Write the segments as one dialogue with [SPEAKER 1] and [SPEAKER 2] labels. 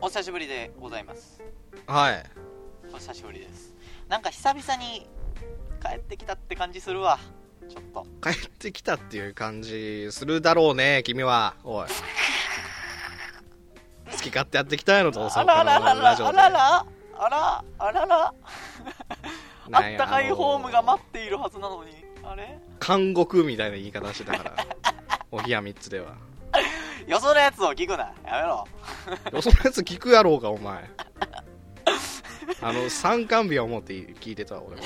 [SPEAKER 1] 久しぶりでございます
[SPEAKER 2] はい
[SPEAKER 1] お久しぶりですなんか久々に帰ってきたって感じするわちょっと
[SPEAKER 2] 帰ってきたっていう感じするだろうね君はおい好き勝手やってきたやろどうせ
[SPEAKER 1] あらあらあら
[SPEAKER 2] この
[SPEAKER 1] あ
[SPEAKER 2] ラジ
[SPEAKER 1] ら
[SPEAKER 2] オ
[SPEAKER 1] あ
[SPEAKER 2] で
[SPEAKER 1] らあらあらあららあ
[SPEAKER 2] なん
[SPEAKER 1] っ
[SPEAKER 2] や
[SPEAKER 1] たかいホームが
[SPEAKER 2] あの
[SPEAKER 1] 待っているはずなのにあれ
[SPEAKER 2] 監獄みたいな言い方してたから お冷や3つでは
[SPEAKER 1] よそのやつを聞くなやめろ
[SPEAKER 2] よそのやつ聞くやろうがお前あの三冠日は思って聞いてたわ俺も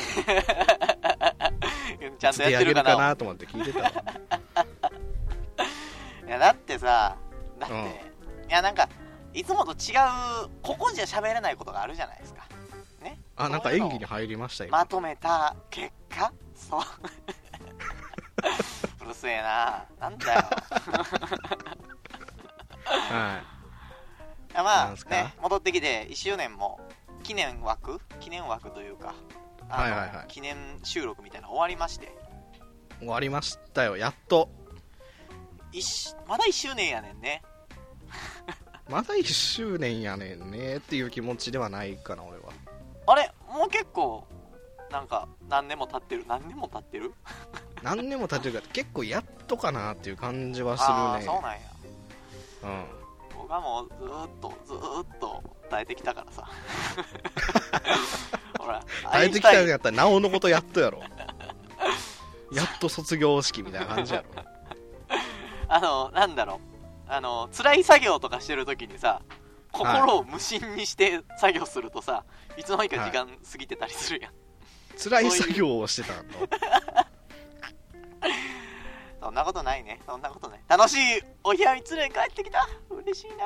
[SPEAKER 1] ちゃんと
[SPEAKER 2] つ
[SPEAKER 1] やっ
[SPEAKER 2] け
[SPEAKER 1] て
[SPEAKER 2] 上げ
[SPEAKER 1] る
[SPEAKER 2] る
[SPEAKER 1] かな
[SPEAKER 2] かなと思って聞いてたわ
[SPEAKER 1] いやだってさだって、
[SPEAKER 2] うん
[SPEAKER 1] いやなんかいつもと違うここじゃ喋れないことがあるじゃないですかね
[SPEAKER 2] あなんか演
[SPEAKER 1] そうい
[SPEAKER 2] 技に
[SPEAKER 1] うの
[SPEAKER 2] 入りました
[SPEAKER 1] を
[SPEAKER 2] よ、
[SPEAKER 1] まとめた結果 そううるせえななん だよ
[SPEAKER 2] はい
[SPEAKER 1] やま
[SPEAKER 2] な
[SPEAKER 1] あ
[SPEAKER 2] んすか
[SPEAKER 1] ね戻ってきて1周年も記念枠記念枠というかあの
[SPEAKER 2] はいはいはい
[SPEAKER 1] 記念収録みたいなの終わりまして
[SPEAKER 2] い終わりましたよやっと
[SPEAKER 1] 一しまだ1周年やねんね
[SPEAKER 2] まだ1周年やねんねっていう気持ちではないかな俺は
[SPEAKER 1] あれもう結構なんか何年も経ってる何年も経ってる
[SPEAKER 2] 何年も経ってるから結構やっとかなっていう感じは
[SPEAKER 1] ああー
[SPEAKER 2] す
[SPEAKER 1] そ
[SPEAKER 2] る
[SPEAKER 1] う
[SPEAKER 2] ね
[SPEAKER 1] なんや
[SPEAKER 2] うん
[SPEAKER 1] 僕はもうずーっとずーっと耐えてきたから さほら
[SPEAKER 2] 耐えてきたんやったらなおのことやっとやろやっと卒業式みたいな感じやろ
[SPEAKER 1] あのなんだろうあの辛い作業とかしてる時にさ心を無心にして作業するとさ、い、つの間にか時間過ぎてたりするやん、
[SPEAKER 2] 辛い作業をしてたの
[SPEAKER 1] そんなことないねそんなことない楽しいお部屋に連れ帰ってきた嬉しいな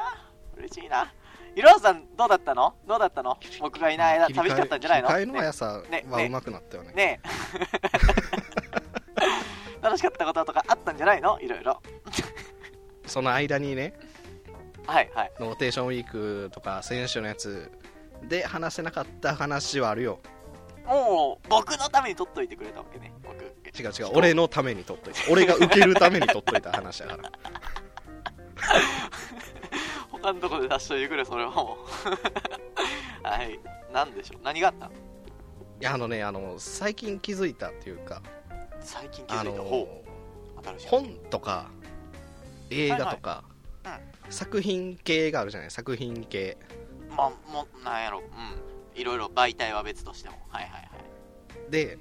[SPEAKER 1] 嬉しいないろはさんどうだったのどうだったの僕がいない間寂しかったんじゃないの
[SPEAKER 2] 切り替えの
[SPEAKER 1] ね
[SPEAKER 2] 速さ
[SPEAKER 1] ね
[SPEAKER 2] は
[SPEAKER 1] ね
[SPEAKER 2] うまくなったよね
[SPEAKER 1] ねえ 楽しかったこととかあったんじゃないのいろいろ
[SPEAKER 2] その間にね
[SPEAKER 1] はいはい
[SPEAKER 2] ローテーションウィークとか選手のやつで話せなかった話はあるよ
[SPEAKER 1] もう僕のために取っといてくれたわけね僕
[SPEAKER 2] 違う違う俺のために取っといた俺が受けるために取っといた話だから
[SPEAKER 1] 他のとこで出しといてくれそれはもう はい何でしょう何があった
[SPEAKER 2] いやあのねあの最近気づいたっていうか
[SPEAKER 1] 最近気づい
[SPEAKER 2] あ
[SPEAKER 1] た、
[SPEAKER 2] の
[SPEAKER 1] ほう新しい
[SPEAKER 2] 本とか映画とか、
[SPEAKER 1] はいはい
[SPEAKER 2] 作品系があるじゃない作品系
[SPEAKER 1] まあもうなんやろうんいろいろ媒体は別としてもはいはいはい
[SPEAKER 2] で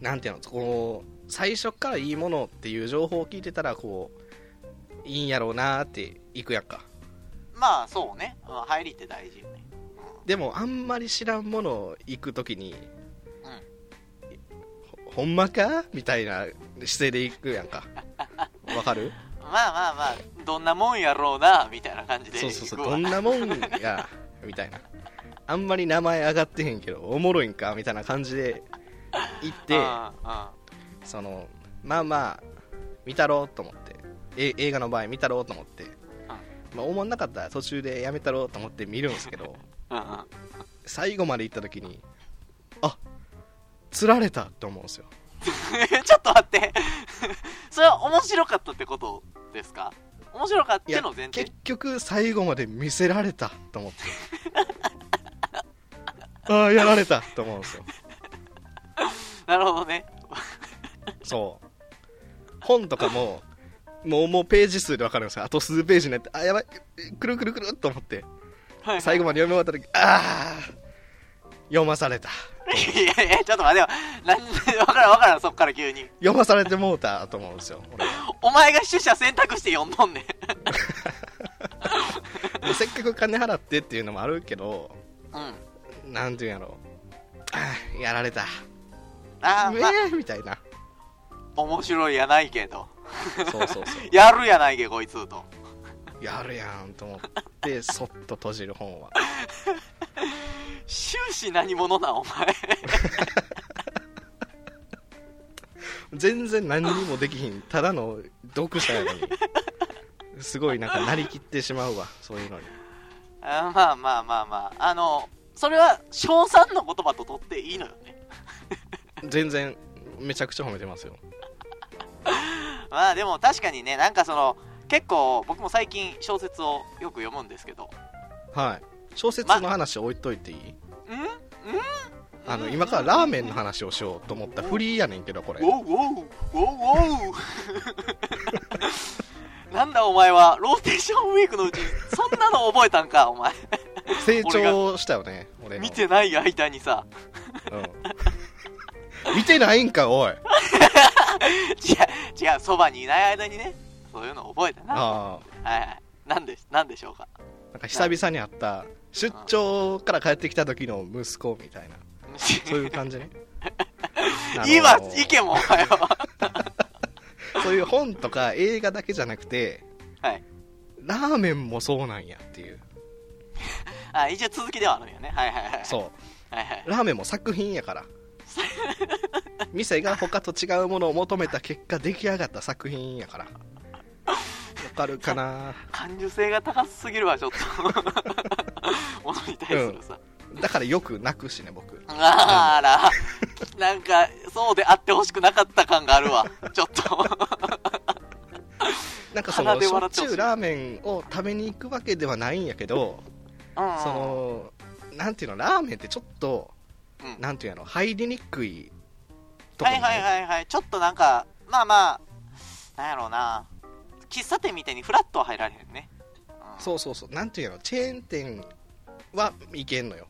[SPEAKER 2] なんていうのこの最初からいいものっていう情報を聞いてたらこういいんやろうなーっていくやんか
[SPEAKER 1] まあそうね、うん入りって大事よね
[SPEAKER 2] でもあんまり知らんもの行くときに、ほほんまかみたいな姿勢で行くやんかわかる
[SPEAKER 1] まあまあまあどんなもんやろうなみたいな感じで
[SPEAKER 2] そうそうそう
[SPEAKER 1] 行く
[SPEAKER 2] ど
[SPEAKER 1] わ
[SPEAKER 2] んなもん やみたいなあんまり名前上がってへんけどおもろいんかみたいな感じで行って
[SPEAKER 1] うんうん
[SPEAKER 2] そのまあまあ見たろうと思ってえ映画の場合見たろうと思って、まあ、思んなかったら途中でやめたろうと思って見るんです けど
[SPEAKER 1] うんうん
[SPEAKER 2] 最後まで行った時にあ釣られたと思うんですよ
[SPEAKER 1] ちょっと待って。 それは面白かったってことですか面白かっ
[SPEAKER 2] い
[SPEAKER 1] た
[SPEAKER 2] や
[SPEAKER 1] の前提
[SPEAKER 2] 結。局最後まで見せられたと思って ああやられたと思うんですよ
[SPEAKER 1] なるほどね。
[SPEAKER 2] そう本とかももうもうページ数で分かるんですよあと数ページになってあやばいくるくるくるっと思って
[SPEAKER 1] はい
[SPEAKER 2] 最後まで読み終わった時ああ読まされた
[SPEAKER 1] いやいや、ちょっと待ってよ。なんで、 わからんわからん、そっから急に。
[SPEAKER 2] 読まされてもうたと思うんですよ俺
[SPEAKER 1] お前が主者選択して読んどんねん。
[SPEAKER 2] もうせっかく金払ってっていうのもあるけど
[SPEAKER 1] うん。あ
[SPEAKER 2] なんていうんやろああやられた
[SPEAKER 1] あ、
[SPEAKER 2] うえ
[SPEAKER 1] まあ、
[SPEAKER 2] ーみたいな
[SPEAKER 1] 面白いやないけど。
[SPEAKER 2] そうそうそう
[SPEAKER 1] やるやないけ、こいつと。
[SPEAKER 2] やるやんと思ってそっと閉じる本は
[SPEAKER 1] 終始何者なん、お前。
[SPEAKER 2] 全然何にもできひんただの読者やのにすごいなんかなりきってしまうわそういうのに
[SPEAKER 1] あーまあまあまあまあ。あの、それは、称賛の言葉と取っていいのよね。
[SPEAKER 2] 全然めちゃくちゃ褒めてますよ
[SPEAKER 1] まあでも確かにね、なんかその、結構僕も最近小説をよく読むんですけど、
[SPEAKER 2] はい小説の話置いといていい、
[SPEAKER 1] うんうん
[SPEAKER 2] あの今からラーメンの話をしようと思ったフリーやねんけどこれ
[SPEAKER 1] ウォウウォウウォウウォウ なんだお前はローテーションウィークのうちにそんなの覚えたんかお前
[SPEAKER 2] 成長したよね俺の
[SPEAKER 1] 見てない間にさ
[SPEAKER 2] うん 見てないんかおい
[SPEAKER 1] 違う違うそばにいない間にねそういうの覚えたなは
[SPEAKER 2] ああ
[SPEAKER 1] いはいなんでなんでしょうか
[SPEAKER 2] なんか久々に会った出張から帰ってきた時の息子みたいなそ ういう感じね
[SPEAKER 1] 今
[SPEAKER 2] あのー
[SPEAKER 1] 意見もお前は
[SPEAKER 2] そういう本とか映画だけじゃなくて
[SPEAKER 1] はい
[SPEAKER 2] ラーメンもそうなんやっていう
[SPEAKER 1] あ一応続きではあるんよねはいはいはい
[SPEAKER 2] そ
[SPEAKER 1] はいはいう
[SPEAKER 2] ラーメンも作品やから 店が他と違うものを求めた結果出来上がった作品やからわかるかな
[SPEAKER 1] 感受性が高すぎるわちょっと ものに対するさ、
[SPEAKER 2] だからよく泣くしね僕
[SPEAKER 1] あらなんかそうであってほしくなかった感がある わちょっと
[SPEAKER 2] なんかそ
[SPEAKER 1] 鼻
[SPEAKER 2] の
[SPEAKER 1] で
[SPEAKER 2] しょ
[SPEAKER 1] 笑
[SPEAKER 2] っ
[SPEAKER 1] って
[SPEAKER 2] ち
[SPEAKER 1] ほしい
[SPEAKER 2] ゅうラーメンを食べに行くわけではないんやけど
[SPEAKER 1] うん
[SPEAKER 2] そのなんていうのラーメンってちょっと、
[SPEAKER 1] うん
[SPEAKER 2] なんていうの入りにくいとこ
[SPEAKER 1] は
[SPEAKER 2] ろ、
[SPEAKER 1] いはいはいはいちょっとなんかまあまあなんやろうな喫茶店みたいにフラットは入られへんね、うん
[SPEAKER 2] そうそうそうなんていうのチェーン店はいけんのよ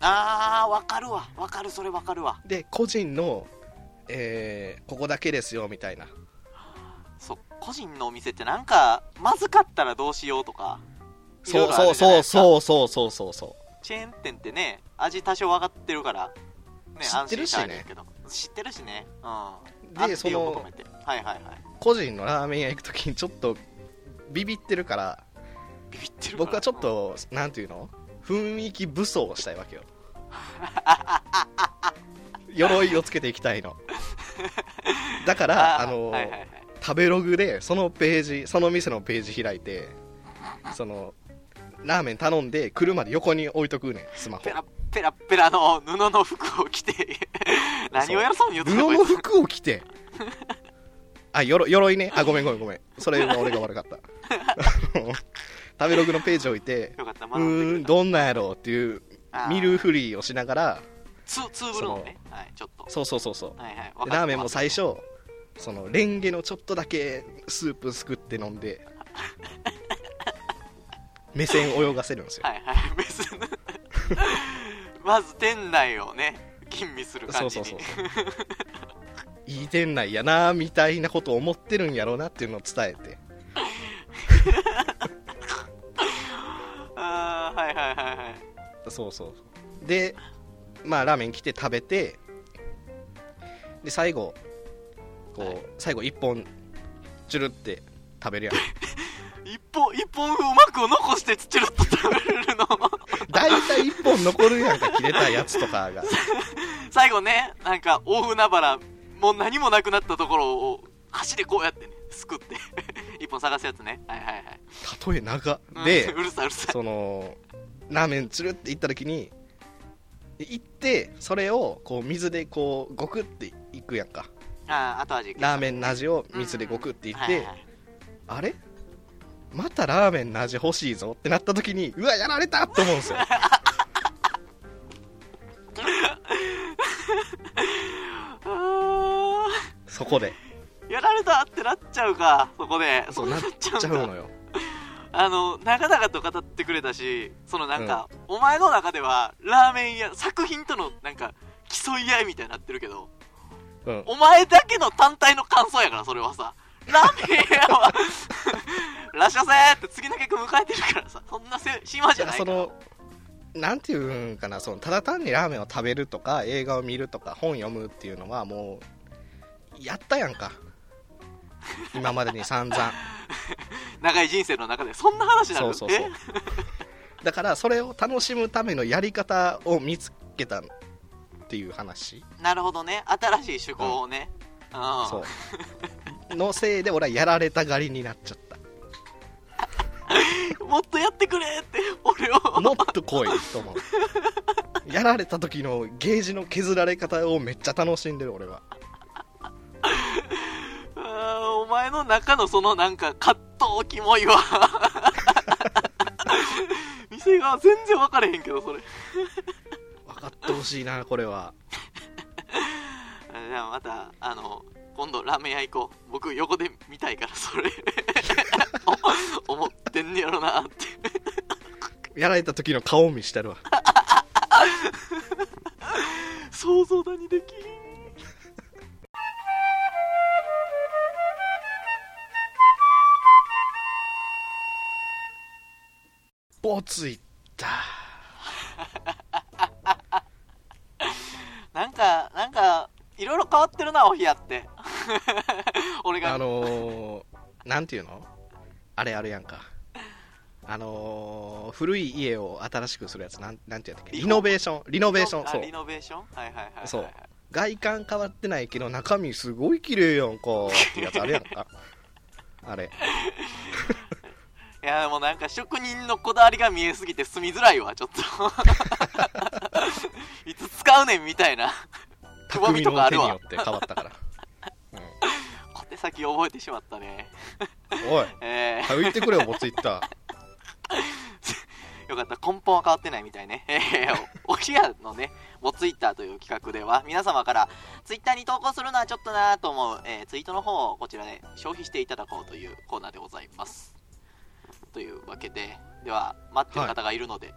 [SPEAKER 1] あーわかるわわかるそれわかるわ
[SPEAKER 2] で個人の、えーここだけですよみたいな
[SPEAKER 1] そう個人のお店ってなんかまずかったらどうしようとか色
[SPEAKER 2] そう
[SPEAKER 1] 々ある
[SPEAKER 2] そう
[SPEAKER 1] じゃないで
[SPEAKER 2] そ
[SPEAKER 1] すか
[SPEAKER 2] うそうそうそうそうそ
[SPEAKER 1] チェーン店ってね味多少分かってるから、ね、
[SPEAKER 2] 知ってるしね
[SPEAKER 1] 安心たんやけど知ってるしねうん
[SPEAKER 2] で
[SPEAKER 1] 安定を
[SPEAKER 2] その
[SPEAKER 1] 求めてはいはいはいう
[SPEAKER 2] 個人のラーメン屋行くときにちょっとビビってるから
[SPEAKER 1] ビビってるから
[SPEAKER 2] 僕はちょっと、なんていうの雰囲気武装をしたい わけよ鎧をつけていきたいのだか
[SPEAKER 1] うん
[SPEAKER 2] らあ
[SPEAKER 1] ー
[SPEAKER 2] の、
[SPEAKER 1] はいはいはい
[SPEAKER 2] 食べログでそのページその店のページ開いてそのラーメン頼んで車で横に置いとくねんスマホ
[SPEAKER 1] ペラペラペラの布の服を着 て何をやるそうに言って
[SPEAKER 2] 布
[SPEAKER 1] たこい
[SPEAKER 2] の
[SPEAKER 1] つ
[SPEAKER 2] 服を着て あよろ鎧ねあごめんごめんごめんそれは俺が悪かった あの食べログのページ置いて
[SPEAKER 1] よかった
[SPEAKER 2] う
[SPEAKER 1] 学んでく
[SPEAKER 2] ー
[SPEAKER 1] れ
[SPEAKER 2] ん
[SPEAKER 1] た
[SPEAKER 2] どんなんやろうっていう
[SPEAKER 1] あー
[SPEAKER 2] 見るふりをしながら
[SPEAKER 1] ツーツーブルーンねはいちょっと
[SPEAKER 2] そうそうそうそう
[SPEAKER 1] はいはい
[SPEAKER 2] でラーメンも最初そのレンゲのちょっとだけスープすくって飲んで目線泳がせるんですよ、
[SPEAKER 1] はいはい別 にまず店内をね吟味する
[SPEAKER 2] そ
[SPEAKER 1] 感
[SPEAKER 2] う
[SPEAKER 1] じ
[SPEAKER 2] そ
[SPEAKER 1] に
[SPEAKER 2] うそうそういい店内やなみたいなことを思ってるんやろうなっていうのを伝えて
[SPEAKER 1] ああはいはいはいはい
[SPEAKER 2] そうそうでまあラーメン来て食べてで最後こう、
[SPEAKER 1] はい
[SPEAKER 2] 最後一本チュルって食べるやん
[SPEAKER 1] 一本一本うまく残してつちろっと食べれるの
[SPEAKER 2] 大体一本残るやんか切れたやつとかが
[SPEAKER 1] 最後ねなんか大海原もう何もなくなったところを箸でこうやってねすくって 一本探すやつねはいはいはい
[SPEAKER 2] 例え長
[SPEAKER 1] うん
[SPEAKER 2] で
[SPEAKER 1] うるさいうるさい
[SPEAKER 2] そのラーメンつるっていった時にで行ってそれをこう水でこうゴクっていくやんか
[SPEAKER 1] ああ後味
[SPEAKER 2] ラーメンの味を水でゴクっていって、
[SPEAKER 1] はいはいはい
[SPEAKER 2] あれまたラーメンの味欲しいぞってなった時にうわやられたと思うんです よ
[SPEAKER 1] あ
[SPEAKER 2] そこで
[SPEAKER 1] ーやられたってなっちゃうかそこで
[SPEAKER 2] そうなっ ち
[SPEAKER 1] んだ
[SPEAKER 2] ゃうのよ
[SPEAKER 1] あの長々と語ってくれたしそのなんか、お前の中ではラーメン屋作品とのなんか競い合いみたいになってるけど
[SPEAKER 2] うん
[SPEAKER 1] お前だけの単体の感想やからそれはさラーメン屋はらっしゃせーって次の曲迎えてるからさそんなせ島じゃ
[SPEAKER 2] だか
[SPEAKER 1] ない
[SPEAKER 2] らそ
[SPEAKER 1] から
[SPEAKER 2] のなんていうんかなそのただ単にラーメンを食べるとか映画を見るとか本読むっていうのはもうやったやんか今までに散々
[SPEAKER 1] 長い人生の中でそんな話にな
[SPEAKER 2] そ
[SPEAKER 1] る
[SPEAKER 2] うそうそう
[SPEAKER 1] え
[SPEAKER 2] だからそれを楽しむためのやり方を見つけたっていう話
[SPEAKER 1] なるほどね新しい趣向をね、うん
[SPEAKER 2] そうのせいで俺はやられたがりになっちゃった
[SPEAKER 1] もっとやってくれって俺を
[SPEAKER 2] もっと来いと思うやられた時のゲージの削られ方をめっちゃ楽しんでる俺は
[SPEAKER 1] あーお前 の中のそのなんか葛藤キモいわ見店が全然分かれへんけどそれ
[SPEAKER 2] 分かってほしいなこれは
[SPEAKER 1] あじゃあまたあの今度ラーメン屋行こう僕横で見たいからそれ お思ってんねやろなって
[SPEAKER 2] やられた時の顔を見したるわ
[SPEAKER 1] 想像だにできん
[SPEAKER 2] ボツいった
[SPEAKER 1] なんかなんかいろいろ変わってるなお部屋って 俺が
[SPEAKER 2] あのー、なんていうのあれあるやんかあのー、古い家を新しくするやつなんなんてやったっけリノベーションリノベーション
[SPEAKER 1] あ
[SPEAKER 2] そう
[SPEAKER 1] リノベーションはいはいはいはい、はい、
[SPEAKER 2] そう外観変わってないけど中身すごい綺麗やんかってやつあれやん かあれ
[SPEAKER 1] いやでもなんか職人のこだわりが見えすぎて住みづらいわちょ っといつ使うねんみたいなくぼみ
[SPEAKER 2] 匠
[SPEAKER 1] とか
[SPEAKER 2] の
[SPEAKER 1] あ
[SPEAKER 2] 手
[SPEAKER 1] る
[SPEAKER 2] に
[SPEAKER 1] わ
[SPEAKER 2] よって変わったから、
[SPEAKER 1] 小手先覚えてしまったね
[SPEAKER 2] うん、おい
[SPEAKER 1] え
[SPEAKER 2] 早言ってくれよボツいった
[SPEAKER 1] ー、よかった根本は変わってないみたいね えー、おお部屋のねもツイッターという企画では皆様からツイッターに投稿するのはちょっとなと思う、えーツイートの方をこちらで消費していただこうというコーナーでございますというわけででは待ってる方がいるので、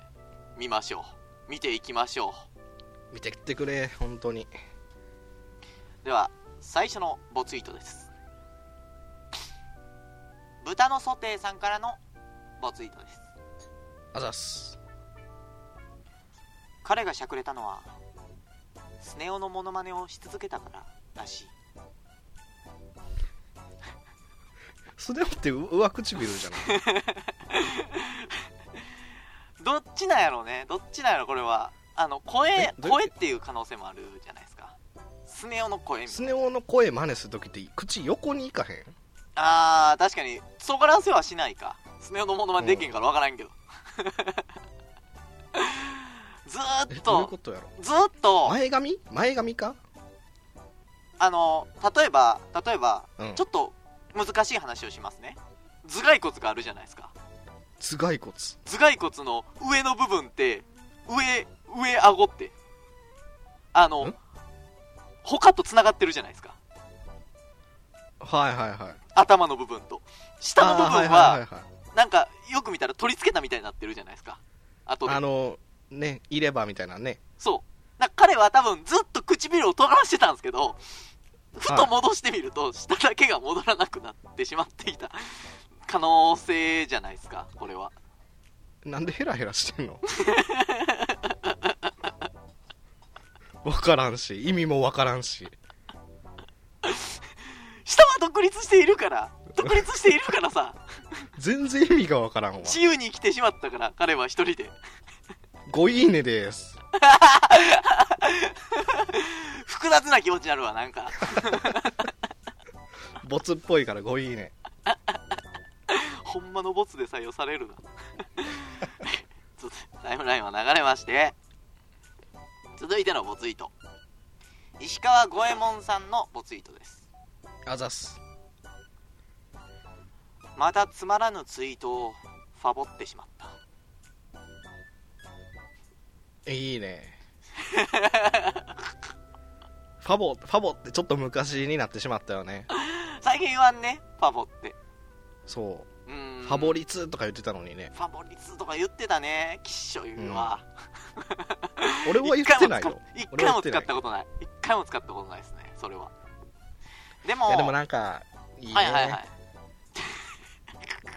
[SPEAKER 1] 見ましょう見ていきましょう
[SPEAKER 2] 見てきてくれ本当に
[SPEAKER 1] では最初のボツイートです豚のソテーさんからのボツイートです
[SPEAKER 2] あざっす
[SPEAKER 1] 彼がしゃくれたのはスネ夫のモノマネをし続けたかららしい
[SPEAKER 2] スネ夫って上唇じゃ ない
[SPEAKER 1] どっちなんやろうねどっちなんやろこれはあの声
[SPEAKER 2] えどう
[SPEAKER 1] 声っていう可能性もあるじゃないですかスネ夫の声みたい
[SPEAKER 2] スネ夫の声真似する時って口横にいかへん
[SPEAKER 1] なあー確かにそがらせはしないかスネ夫のモノマネできんからわからんけど、 ず
[SPEAKER 2] え
[SPEAKER 1] ーっ
[SPEAKER 2] どういう
[SPEAKER 1] と
[SPEAKER 2] ことやろ
[SPEAKER 1] ずーっと
[SPEAKER 2] 前髪前髪か
[SPEAKER 1] あの例えば例えば、
[SPEAKER 2] うん
[SPEAKER 1] ちょっと難しい話をしますね頭蓋骨があるじゃないですか
[SPEAKER 2] 頭蓋骨
[SPEAKER 1] 頭蓋骨の上の部分って上上顎ってあの
[SPEAKER 2] ん
[SPEAKER 1] 他とつながってるじゃないですか
[SPEAKER 2] はいはいはい
[SPEAKER 1] 頭の部分と下の部
[SPEAKER 2] あー
[SPEAKER 1] 分
[SPEAKER 2] はいはい
[SPEAKER 1] は
[SPEAKER 2] はいはい
[SPEAKER 1] なんかよく見たら取り付けたみたいになってるじゃないですかあとで
[SPEAKER 2] あのね入れ歯みたいなね
[SPEAKER 1] そうなんか彼は多分ずっと唇を尖らしてたんですけどふと戻してみると下だけが戻らなくなってしまっていた可能性じゃないですかこれは
[SPEAKER 2] なんでヘラヘラしてんの わからんし意味もわからんし
[SPEAKER 1] 下は独立しているから独立しているからさ
[SPEAKER 2] 全然意味がわからんわ
[SPEAKER 1] 自由に生きてしまったから彼は一人で
[SPEAKER 2] ごいいねです
[SPEAKER 1] 複雑な気持ちになるわ なんか
[SPEAKER 2] ボツっぽいからごいいね
[SPEAKER 1] ほんまのボツで採用されるな ちょっとタイムラインは流れまして続いてのボツイート石川五右衛門さんのボツイートです
[SPEAKER 2] あざっす
[SPEAKER 1] またつまらぬツイートをファボってしまった
[SPEAKER 2] いいね ファボファボってちょっと昔になってしまったよね
[SPEAKER 1] 最近言わんねファボって
[SPEAKER 2] そううんファボリツとか言ってたのにね
[SPEAKER 1] ファボリツとか言ってたねきっしょ言うわ、
[SPEAKER 2] 俺は言ってないよ
[SPEAKER 1] 一
[SPEAKER 2] 俺
[SPEAKER 1] 回も
[SPEAKER 2] は言っ
[SPEAKER 1] 使
[SPEAKER 2] て
[SPEAKER 1] っ
[SPEAKER 2] ない
[SPEAKER 1] たことない一回も使ったことないですねそれはでも
[SPEAKER 2] いやでもなんかいいね、
[SPEAKER 1] はいはいはい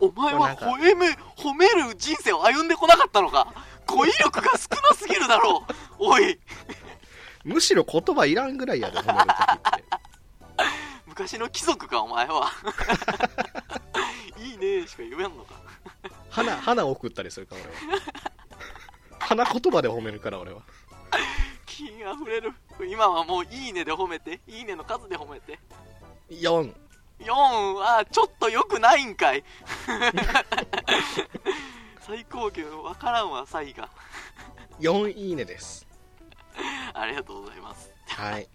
[SPEAKER 1] お前
[SPEAKER 2] でもな
[SPEAKER 1] は
[SPEAKER 2] んか
[SPEAKER 1] 褒め褒める人生を歩んでこなかったのか語彙力が少なすぎるだろう おい
[SPEAKER 2] むしろ言葉いらんぐらいやで褒める時って
[SPEAKER 1] 昔の貴族かお前は いいねしか言えんのか
[SPEAKER 2] 花花を送ったりするから俺は花言葉で褒めるから俺は
[SPEAKER 1] 気あふれる今はもう「いいね」で褒めて「いいね」の数で褒めて
[SPEAKER 2] 4
[SPEAKER 1] 4はちょっと良くないんかい 最高級わからんわサイが
[SPEAKER 2] 4いいねです
[SPEAKER 1] ありがとうございます
[SPEAKER 2] はい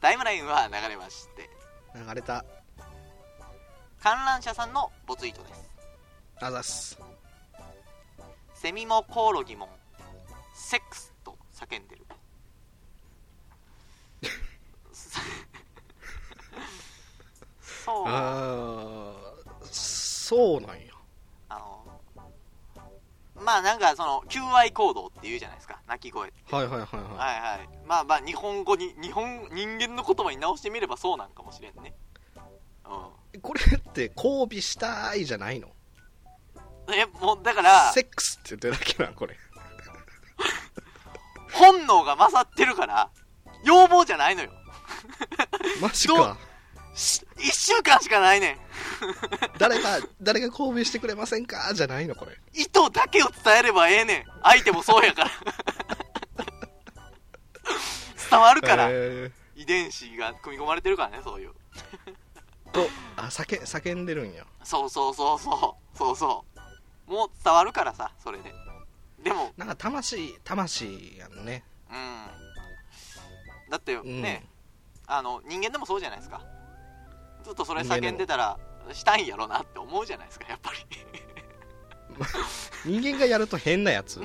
[SPEAKER 1] タイムラインは流れまして
[SPEAKER 2] 流れた
[SPEAKER 1] 観覧車さんのボツイートです
[SPEAKER 2] あざっす
[SPEAKER 1] セミもコオロギもセックスと叫んでるそうあ
[SPEAKER 2] あーそうなんや
[SPEAKER 1] のまあなんかその求愛行動っていうじゃないですか鳴き声
[SPEAKER 2] はいはいはい
[SPEAKER 1] はい
[SPEAKER 2] は
[SPEAKER 1] はいまあまあ日本語に日本人間の言葉に直してみればそうなんかもしれんねう
[SPEAKER 2] いこれって交尾したいじゃないの
[SPEAKER 1] んえもうだから
[SPEAKER 2] セックスって言ってるだけなんこれ
[SPEAKER 1] 本能が勝ってるから要望じゃないのよ
[SPEAKER 2] マジか
[SPEAKER 1] し一週間しかないねん
[SPEAKER 2] 誰か誰が交尾してくれませんかじゃないのこれ
[SPEAKER 1] 意図だけを伝えればええねん相手もそうやから 伝わるから、
[SPEAKER 2] え
[SPEAKER 1] 遺伝子が組み込まれてるからねそういう
[SPEAKER 2] ーとあ叫叫んでるんや
[SPEAKER 1] そうそうそうそうそうそうもう伝わるからさそれででも
[SPEAKER 2] なんか魂魂やんね
[SPEAKER 1] うんだって
[SPEAKER 2] うん
[SPEAKER 1] ね、あの人間でもそうじゃないですかずっとそれ叫んでたらしたいんやろなって思うじゃないですかやっぱり
[SPEAKER 2] 人間がやると変なやつ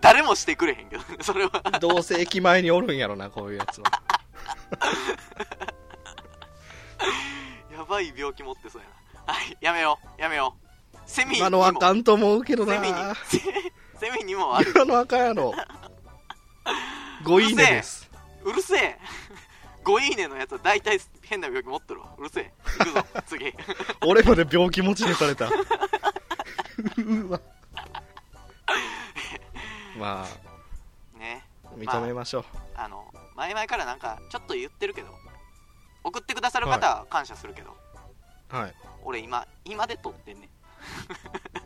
[SPEAKER 1] 誰もしてくれへんけどねそれは
[SPEAKER 2] どうせ駅前におるんやろなこういうやつは
[SPEAKER 1] やばい病気持ってそうやなはいやめようやめようセミにも
[SPEAKER 2] 今のはあかんと思うけど
[SPEAKER 1] セ
[SPEAKER 2] な
[SPEAKER 1] ミにセミにもある
[SPEAKER 2] 今のあかんやろごいいねです
[SPEAKER 1] うるせえ5いいねのやつは大体変な病気持ってるわうるせえ行く ぞ次
[SPEAKER 2] 俺まで病気持ちにされたうわまあ
[SPEAKER 1] ね
[SPEAKER 2] 認めましょう、
[SPEAKER 1] あの前々からなんかちょっと言ってるけど送ってくださる方は感謝するけど、
[SPEAKER 2] はい
[SPEAKER 1] 俺今今で撮ってんねん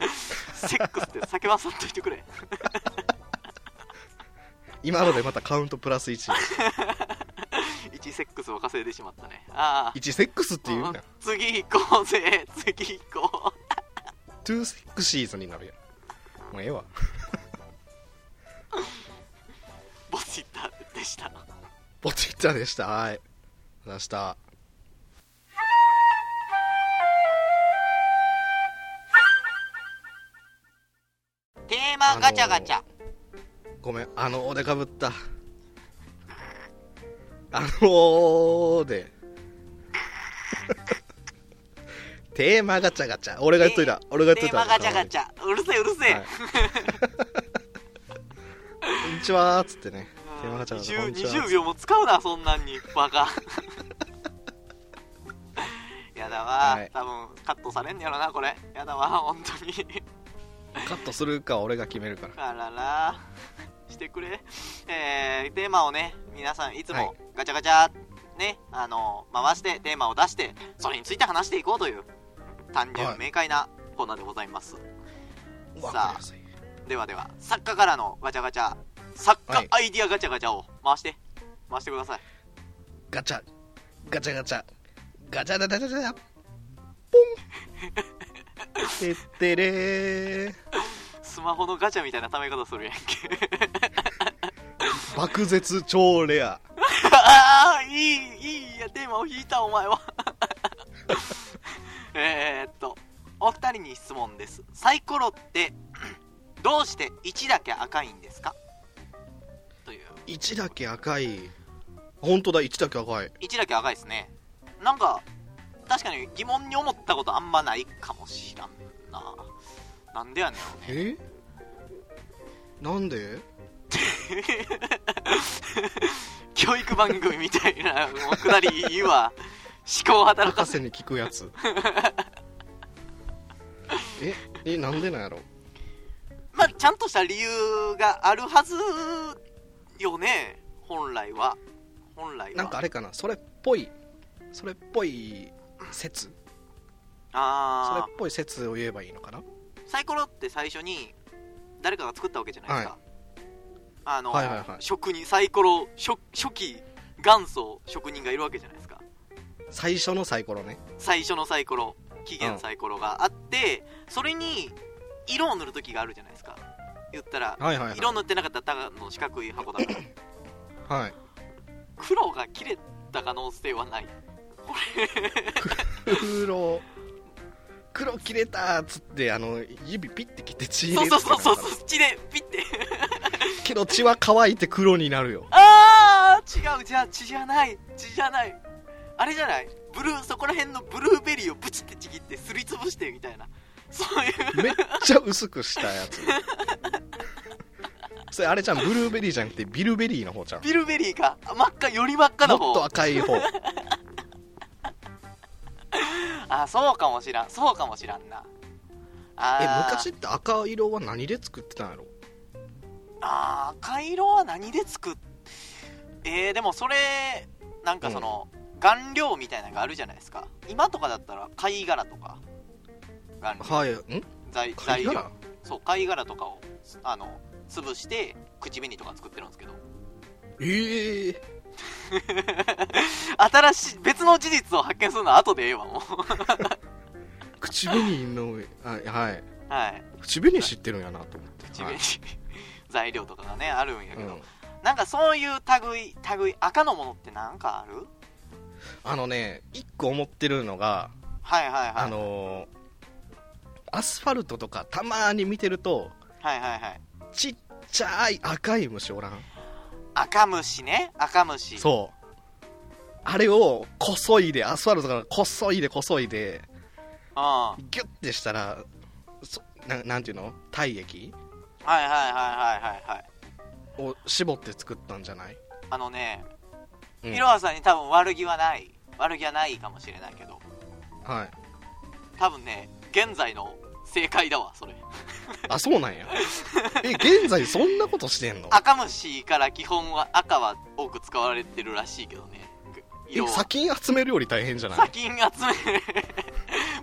[SPEAKER 1] セックスって叫ばんさんといてくれ
[SPEAKER 2] 今のでまたカウントプラス11
[SPEAKER 1] 1セックスを稼いでしまったねああ
[SPEAKER 2] セックスって言う
[SPEAKER 1] うん
[SPEAKER 2] な
[SPEAKER 1] 次行こうぜ次行こう
[SPEAKER 2] 2セックシーズになるやんもうええわ
[SPEAKER 1] ボスイッターでした
[SPEAKER 2] ポチッチャでしたはい出した
[SPEAKER 1] テーマガチャガチャ、
[SPEAKER 2] あごめんあのーでかぶったあのーで テーマガチャガチャ俺が言っといた俺が言
[SPEAKER 1] テ
[SPEAKER 2] っとい
[SPEAKER 1] ー
[SPEAKER 2] た
[SPEAKER 1] マガチャガチャうるせえうるせえ、
[SPEAKER 2] はい こんにちはーっつってねテーマガチャガチャこんにちは
[SPEAKER 1] 20, 20秒も使うなそんなんにバカ やだわ、
[SPEAKER 2] はい
[SPEAKER 1] 多分カットされんやろなこれやだわ本当に
[SPEAKER 2] カットするか俺が決めるから
[SPEAKER 1] あららしてくれえー、テーマをね皆さんいつ
[SPEAKER 2] はい
[SPEAKER 1] もガチャガチャねあの回してテーマを出してそれについて話していこうという単純
[SPEAKER 2] はい
[SPEAKER 1] 明快なコーナーでございます、
[SPEAKER 2] わかりやすい
[SPEAKER 1] ではでは作家からのガチャガチャ作
[SPEAKER 2] は
[SPEAKER 1] 家
[SPEAKER 2] い
[SPEAKER 1] アイディアガチャガチャを回して回してください
[SPEAKER 2] ガチャガチャガチャガチャダダダダ ダポンてってれー
[SPEAKER 1] スマホのガチャみたいなため方するやんけ
[SPEAKER 2] 爆絶超レア
[SPEAKER 1] ああいいいいやテーマを引いたお前 はえーっとお二人に質問ですサイコロってどうして1だけ赤いんですかという
[SPEAKER 2] 1だけ赤い本当だ1だけ赤い
[SPEAKER 1] 1だけ赤いですねなんか確かに疑問に思ったことあんまないかもしらんななんでやねん
[SPEAKER 2] えなんで
[SPEAKER 1] 教育番組みたいなもうくだりいいわ思考を働か
[SPEAKER 2] 博
[SPEAKER 1] せ
[SPEAKER 2] 士に聞くや つええなんでなんやろ
[SPEAKER 1] まあちゃんとした理由があるはずよね本来は本来は
[SPEAKER 2] なんかあれかなそれっぽいそれっぽい説それっ
[SPEAKER 1] あ
[SPEAKER 2] ぽい説を言えばいいのかな
[SPEAKER 1] ーサイコロって最初に誰かが作ったわけじゃないですか、
[SPEAKER 2] は
[SPEAKER 1] あの、
[SPEAKER 2] はいはいはい
[SPEAKER 1] 職人サイコロ初初期元祖職人がいるわけじゃないですか
[SPEAKER 2] 最初のサイコロね
[SPEAKER 1] 最初のサイコロ期限サイコロがあって、それに色を塗る時があるじゃないですか言ったら
[SPEAKER 2] はいはいはい
[SPEAKER 1] 色塗ってなかったらただの四角い箱だ から
[SPEAKER 2] はい
[SPEAKER 1] 黒が切れた可能性はない
[SPEAKER 2] 黒黒切れたっつってあの指ピッて切って血
[SPEAKER 1] そ
[SPEAKER 2] 入
[SPEAKER 1] う
[SPEAKER 2] れ
[SPEAKER 1] そう
[SPEAKER 2] る
[SPEAKER 1] そうそうそっちでピッて
[SPEAKER 2] けど血は乾いて黒になるよ
[SPEAKER 1] ああ違うじゃあ血じゃない血じゃないあれじゃないブルーそこら辺のブルーベリーをブチってちぎってすりつぶしてみたいなそういう
[SPEAKER 2] めっちゃ薄くしたやつそれあれじゃんブルーベリーじゃなくてビルベリーの方じゃん
[SPEAKER 1] ビルベリーかあ真っ赤より真っ赤の
[SPEAKER 2] も
[SPEAKER 1] 方
[SPEAKER 2] っと赤い方
[SPEAKER 1] あそうかもしらんそうかもしらんなあ
[SPEAKER 2] え
[SPEAKER 1] ー
[SPEAKER 2] 昔って赤色は何で作ってたんやろ
[SPEAKER 1] あー赤色は何で作っえー、でもそれなんかその、顔料みたいなのがあるじゃないですか今とかだったら貝殻とか顔料
[SPEAKER 2] はいん
[SPEAKER 1] 材材
[SPEAKER 2] 貝
[SPEAKER 1] 料
[SPEAKER 2] 殻
[SPEAKER 1] そう貝殻とかをあの潰して口紅とか作ってるんですけど
[SPEAKER 2] ええ
[SPEAKER 1] 新しい別の事実を発見するのは後でええわもう
[SPEAKER 2] 口紅のあはい
[SPEAKER 1] はい
[SPEAKER 2] 口紅知ってるんやなと思って
[SPEAKER 1] 口紅、
[SPEAKER 2] はい
[SPEAKER 1] 材料とかがねあるんやけど、
[SPEAKER 2] うん
[SPEAKER 1] なんかそういう類類赤のものってなんかある
[SPEAKER 2] あのね一個思ってるのが
[SPEAKER 1] はいはいはい
[SPEAKER 2] あのーアスファルトとかたまーに見てると
[SPEAKER 1] はいはいはい
[SPEAKER 2] ちっちゃい赤い虫おらん
[SPEAKER 1] 赤虫ね赤虫
[SPEAKER 2] そうあれをこそいでアスファルトからこそいでこそいで
[SPEAKER 1] うんはい
[SPEAKER 2] ギュッてしたらそななんていうの体液
[SPEAKER 1] はいはいはいはいはい
[SPEAKER 2] を絞って作ったんじゃない
[SPEAKER 1] あのね
[SPEAKER 2] うん
[SPEAKER 1] いろはさんに多分悪気はない悪気はないかもしれないけど
[SPEAKER 2] はい
[SPEAKER 1] 多分ね現在の正解だわそれ
[SPEAKER 2] あそうなんやえ現在そんなことしてんの
[SPEAKER 1] 赤虫から基本は赤は多く使われてるらしいけどね
[SPEAKER 2] え
[SPEAKER 1] 色は
[SPEAKER 2] 砂 金集めるより大変じゃない
[SPEAKER 1] 砂金集める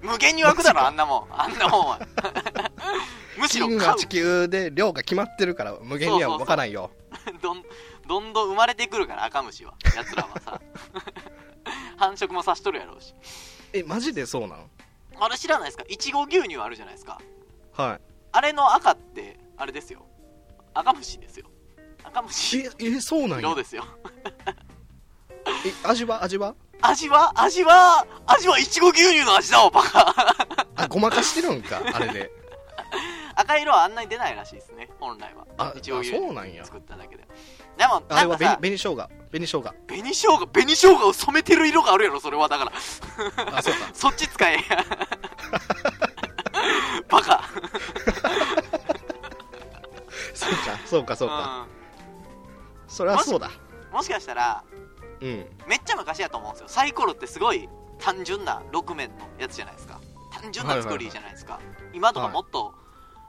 [SPEAKER 1] 無限に湧くだろあんなもんあんなもんは むしろ
[SPEAKER 2] 金
[SPEAKER 1] 買
[SPEAKER 2] が
[SPEAKER 1] う
[SPEAKER 2] 地球で量が決まってるから無限には動かないよ
[SPEAKER 1] どんどんどん生まれてくるから赤虫はやつらはさ 繁殖もさしとるやろうし
[SPEAKER 2] えマジでそうなの
[SPEAKER 1] あれ知らないですかいちご牛乳あるじゃないですか
[SPEAKER 2] は
[SPEAKER 1] あれの赤ってあれですよ赤虫ですよ赤
[SPEAKER 2] い
[SPEAKER 1] 虫
[SPEAKER 2] ええそうなんや
[SPEAKER 1] 色ですよ
[SPEAKER 2] え味は味は
[SPEAKER 1] 味は味は味はいちご牛乳の味だわバカ
[SPEAKER 2] あごまかしてるんかあれで
[SPEAKER 1] 赤色はあんなに出ないらしいですね本来は
[SPEAKER 2] あ
[SPEAKER 1] いちご牛乳
[SPEAKER 2] あそうなんや
[SPEAKER 1] 作っただけででも
[SPEAKER 2] あ
[SPEAKER 1] な
[SPEAKER 2] れ
[SPEAKER 1] んか
[SPEAKER 2] は紅
[SPEAKER 1] さ
[SPEAKER 2] 紅生姜紅生姜
[SPEAKER 1] 紅生姜紅生姜を染めてる色があるやろそれはだから
[SPEAKER 2] あそうか
[SPEAKER 1] そっち 使えバカ
[SPEAKER 2] そうかそうかそうかそれはそうだ
[SPEAKER 1] うんもしかしたら
[SPEAKER 2] うん
[SPEAKER 1] めっちゃ昔やと思うんですよサイコロってすごい単純な6面のやつじゃないですか単純な作りじゃないですか、今とかもっと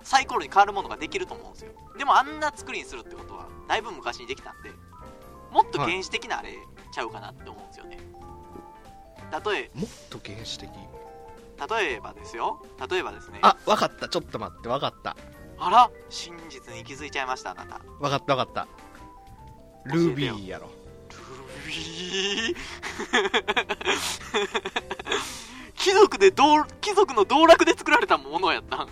[SPEAKER 1] サイコロに変わるものができると思うんですよでもあんな作りにするってことはだいぶ昔にできたんでもっと原始的なあれちゃうかなって思うんですよね、例え
[SPEAKER 2] もっと原始的
[SPEAKER 1] 例えばですよ例えばですね
[SPEAKER 2] あわかったちょっと待ってわかった
[SPEAKER 1] あら真実に気づいちゃいましたあなた
[SPEAKER 2] わかったわかったルビーやろ
[SPEAKER 1] うぃー 貴族で道貴族の道楽で作られたものやったん
[SPEAKER 2] い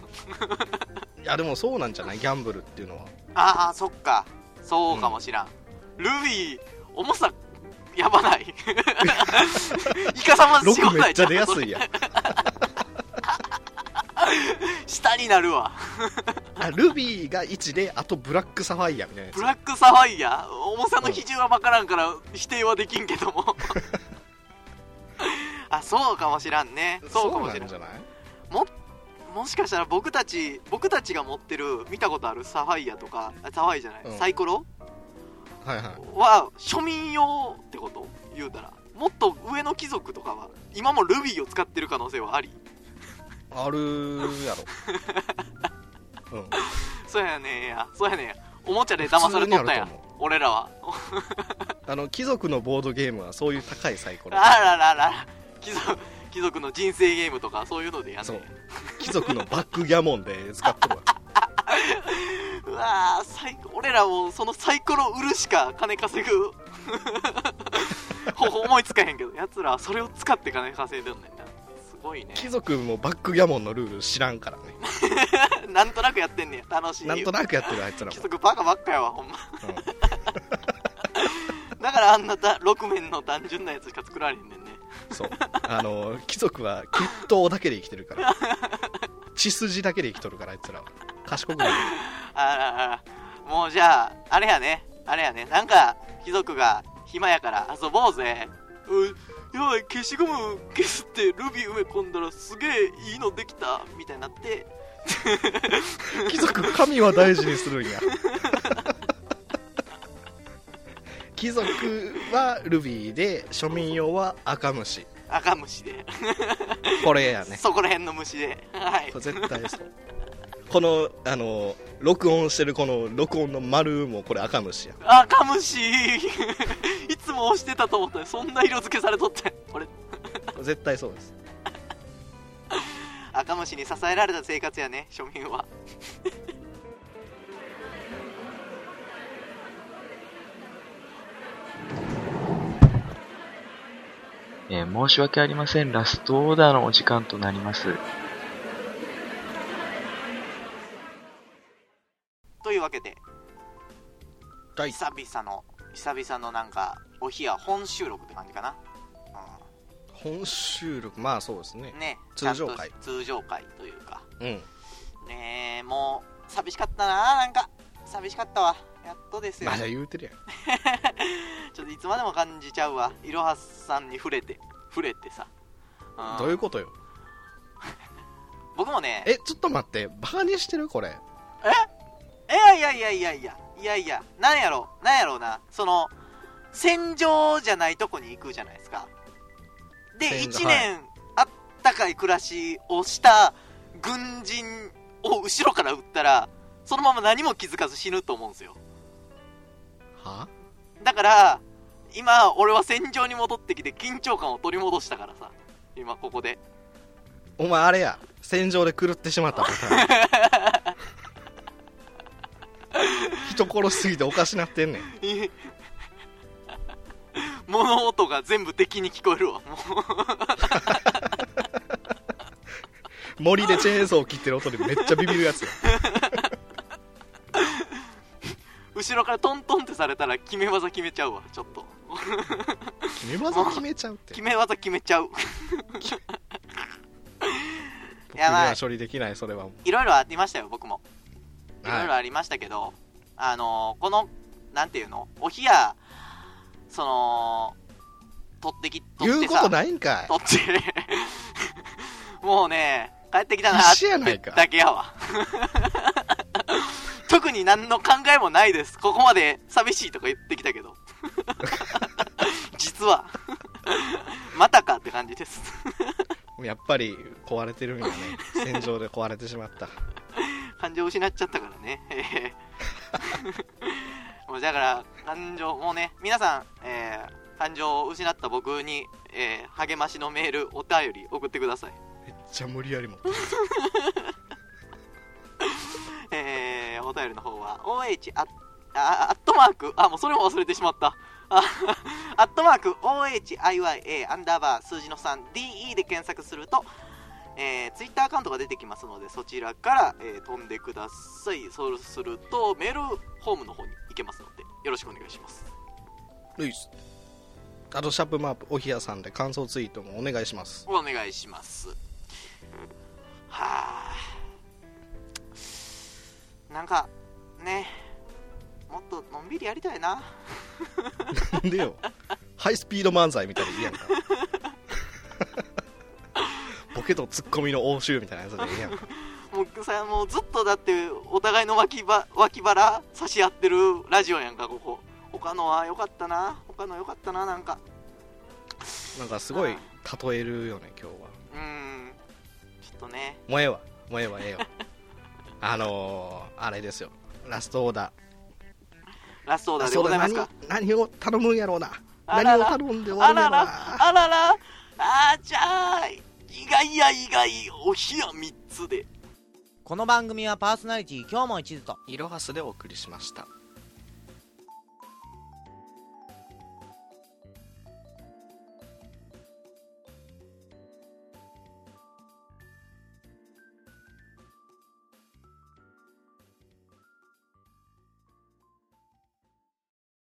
[SPEAKER 2] やでもそうなんじゃないギャンブルっていうのは
[SPEAKER 1] ああそっかそうかもしらん、ルビー重さやばない イカサマ仕
[SPEAKER 2] 6
[SPEAKER 1] 事
[SPEAKER 2] めっちゃ出や
[SPEAKER 1] い
[SPEAKER 2] すいやん
[SPEAKER 1] 下になるわ
[SPEAKER 2] あルビーが1であとブラックサファイアみたいなやつ
[SPEAKER 1] ブラックサファイア重さの比重は分からんから否定はできんけども あそうかもしらんねそうかもし
[SPEAKER 2] な
[SPEAKER 1] ら
[SPEAKER 2] ん
[SPEAKER 1] ん
[SPEAKER 2] じゃない
[SPEAKER 1] もしかしたら僕たち僕たちが持ってる見たことあるサファイアとかあサファイアじゃない、
[SPEAKER 2] うん
[SPEAKER 1] サイコロ
[SPEAKER 2] はいはい
[SPEAKER 1] は庶民用ってこと言うたらもっと上の貴族とかは今もルビーを使ってる可能性はあり
[SPEAKER 2] あるやろ、うん、
[SPEAKER 1] そうやねんやそうやねんやおもちゃで騙されとったん
[SPEAKER 2] 普通にある
[SPEAKER 1] や
[SPEAKER 2] と思
[SPEAKER 1] 俺らは
[SPEAKER 2] あの貴族のボードゲームはそういう高いサイコ
[SPEAKER 1] あ
[SPEAKER 2] ロ
[SPEAKER 1] らららら貴族貴族の人生ゲームとかそういうのでやん
[SPEAKER 2] そ
[SPEAKER 1] ね
[SPEAKER 2] うん貴族のバックギャモンで使っと るわ
[SPEAKER 1] うわーサイ俺らもそのサイコロ売るしか金稼ぐ方法 思いつかへんけどやつらはそれを使って金稼いでんねんなすごいね
[SPEAKER 2] 貴族もバックギャモンのルール知らんからね
[SPEAKER 1] なんとなくやってんねん楽しい
[SPEAKER 2] なんとなくやってるあいつらも
[SPEAKER 1] 貴、族バカばっかやわほんま
[SPEAKER 2] うん
[SPEAKER 1] だからあんなた6面の単純なやつしか作られへんねんね
[SPEAKER 2] そうあの貴族は血統だけで生きてるから血筋だけで生きとるからあいつらは賢くない
[SPEAKER 1] あらあらもうじゃああれやねあれやねなんか貴族が暇やから遊ぼうぜうやばい消しゴム消すってルビー埋め込んだらすげえいいのできたみたいになって
[SPEAKER 2] 貴族神は大事にするんや 貴族はルビーで庶民用は赤虫
[SPEAKER 1] 赤虫で、
[SPEAKER 2] これやね
[SPEAKER 1] そこら辺の虫ではい
[SPEAKER 2] これ絶対そうこのあの録音してるこの録音の丸もこれ赤虫や
[SPEAKER 1] 赤虫 いつも押してたと思ったよそんな色付けされとって俺
[SPEAKER 2] これ絶対そうです
[SPEAKER 1] 赤虫に支えられた生活やね庶民は
[SPEAKER 3] えー申し訳ありません。ラストオーダーのお時間となります。
[SPEAKER 1] というわけで
[SPEAKER 2] はい
[SPEAKER 1] 久々の久々のなんかお日や本収録って感じかな、
[SPEAKER 2] 本収録まあそうですね
[SPEAKER 1] うん、ね
[SPEAKER 2] 通常会
[SPEAKER 1] ちゃんと通常会というか
[SPEAKER 2] うん
[SPEAKER 1] ねえもう寂しかったななんか寂しかったわやっとですよ、
[SPEAKER 2] まだ言うてるやん
[SPEAKER 1] ちょっといつまでも感じちゃうわいろはさんに触れて触れてさ、うん
[SPEAKER 2] どういうことよ
[SPEAKER 1] 僕もね
[SPEAKER 2] えちょっと待ってバカにしてるこれ
[SPEAKER 1] いやいやいやいやいやいやいやなんやろなんやろうなその戦場じゃないとこに行くじゃないですかで
[SPEAKER 2] 戦場
[SPEAKER 1] 1年あったかい暮らしをした軍人を後ろから撃ったらそのまま何も気づかず死ぬと思うんですよ
[SPEAKER 2] は
[SPEAKER 1] だから今俺は戦場に戻ってきて緊張感を取り戻したからさ今ここで
[SPEAKER 2] お前あれや戦場で狂ってしまったと か人殺しすぎておかしなってんねん
[SPEAKER 1] いい 物音が全部敵に聞こえるわもう
[SPEAKER 2] 森でチェーンソーを切ってる音でめっちゃビビるやつや
[SPEAKER 1] 後ろからトントンってされたら決め技決めちゃうわちょっと
[SPEAKER 2] 決め技決めちゃうって
[SPEAKER 1] 決め技決めちゃう
[SPEAKER 2] 僕に
[SPEAKER 1] やば
[SPEAKER 2] はい処理できないそれはも
[SPEAKER 1] いろいろありましたよ僕も
[SPEAKER 2] う
[SPEAKER 1] いろいろ
[SPEAKER 2] は
[SPEAKER 1] ありましたけど、あのーこのなんていうのお冷やその取ってき
[SPEAKER 2] い
[SPEAKER 1] 取っ
[SPEAKER 2] 言
[SPEAKER 1] て
[SPEAKER 2] うこと
[SPEAKER 1] さ
[SPEAKER 2] ないんかい
[SPEAKER 1] 取ってもうね帰ってきたな
[SPEAKER 2] 一緒やないか
[SPEAKER 1] だけやわ特に何の考えもないですここまで寂しいとか言ってきたけ ど実はまたかって感じです
[SPEAKER 2] やっぱり壊れてるんやね戦場で壊れてしまった
[SPEAKER 1] 感情を失っちゃったから ね。えーもうだから、感情、もうね、皆さん、えー感情を失った僕に、えー励ましのメール、お便り送ってください。
[SPEAKER 2] めっちゃ無理やりも
[SPEAKER 1] えーお便りの方は、OH あ、あ、アットマーク、あ、もうそれも忘れてしまった。あ アットマーク、OHIYA、アンダーバー、数字の 3DE で検索すると、えー、ツイッターアカウントが出てきますので、そちらから、えー飛んでください。そうすると、メールホームの方に行けますので、よろしくお願いします。
[SPEAKER 2] ルイスあとシャープマープおひやさんで感想ツイートもお願いします
[SPEAKER 1] お願いしますはあなんかねもっとのんびりやりたいな
[SPEAKER 2] なんでよハイスピード漫才みたいでいいやんかボケとツッコミの応酬みたいなやつでいいやんか
[SPEAKER 1] もうさもうずっとだってお互いの脇ば脇腹差し合ってるラジオやんかここ他のは良かったな他の良かったななんか
[SPEAKER 2] なんかすごい例えるよね今日は
[SPEAKER 1] うーんちょっとね
[SPEAKER 2] もうええわもうええわええわあのー、あれですよラストオーダー
[SPEAKER 1] ラストオーダー
[SPEAKER 2] ラス
[SPEAKER 1] で
[SPEAKER 2] トオ
[SPEAKER 1] ご
[SPEAKER 2] ー
[SPEAKER 1] ざい
[SPEAKER 2] ダ
[SPEAKER 1] ま
[SPEAKER 2] ー
[SPEAKER 1] すか
[SPEAKER 2] 何を何を頼むんやろうな
[SPEAKER 1] あら
[SPEAKER 2] 何
[SPEAKER 1] ら
[SPEAKER 2] を頼んで終わ
[SPEAKER 1] あ
[SPEAKER 2] るんや
[SPEAKER 1] ら
[SPEAKER 2] ろうな
[SPEAKER 1] らあららあーちゃーい意外や意外お冷や3つで
[SPEAKER 4] この番組はパーソナリティ今日も一途と
[SPEAKER 2] いろはすでお送りしました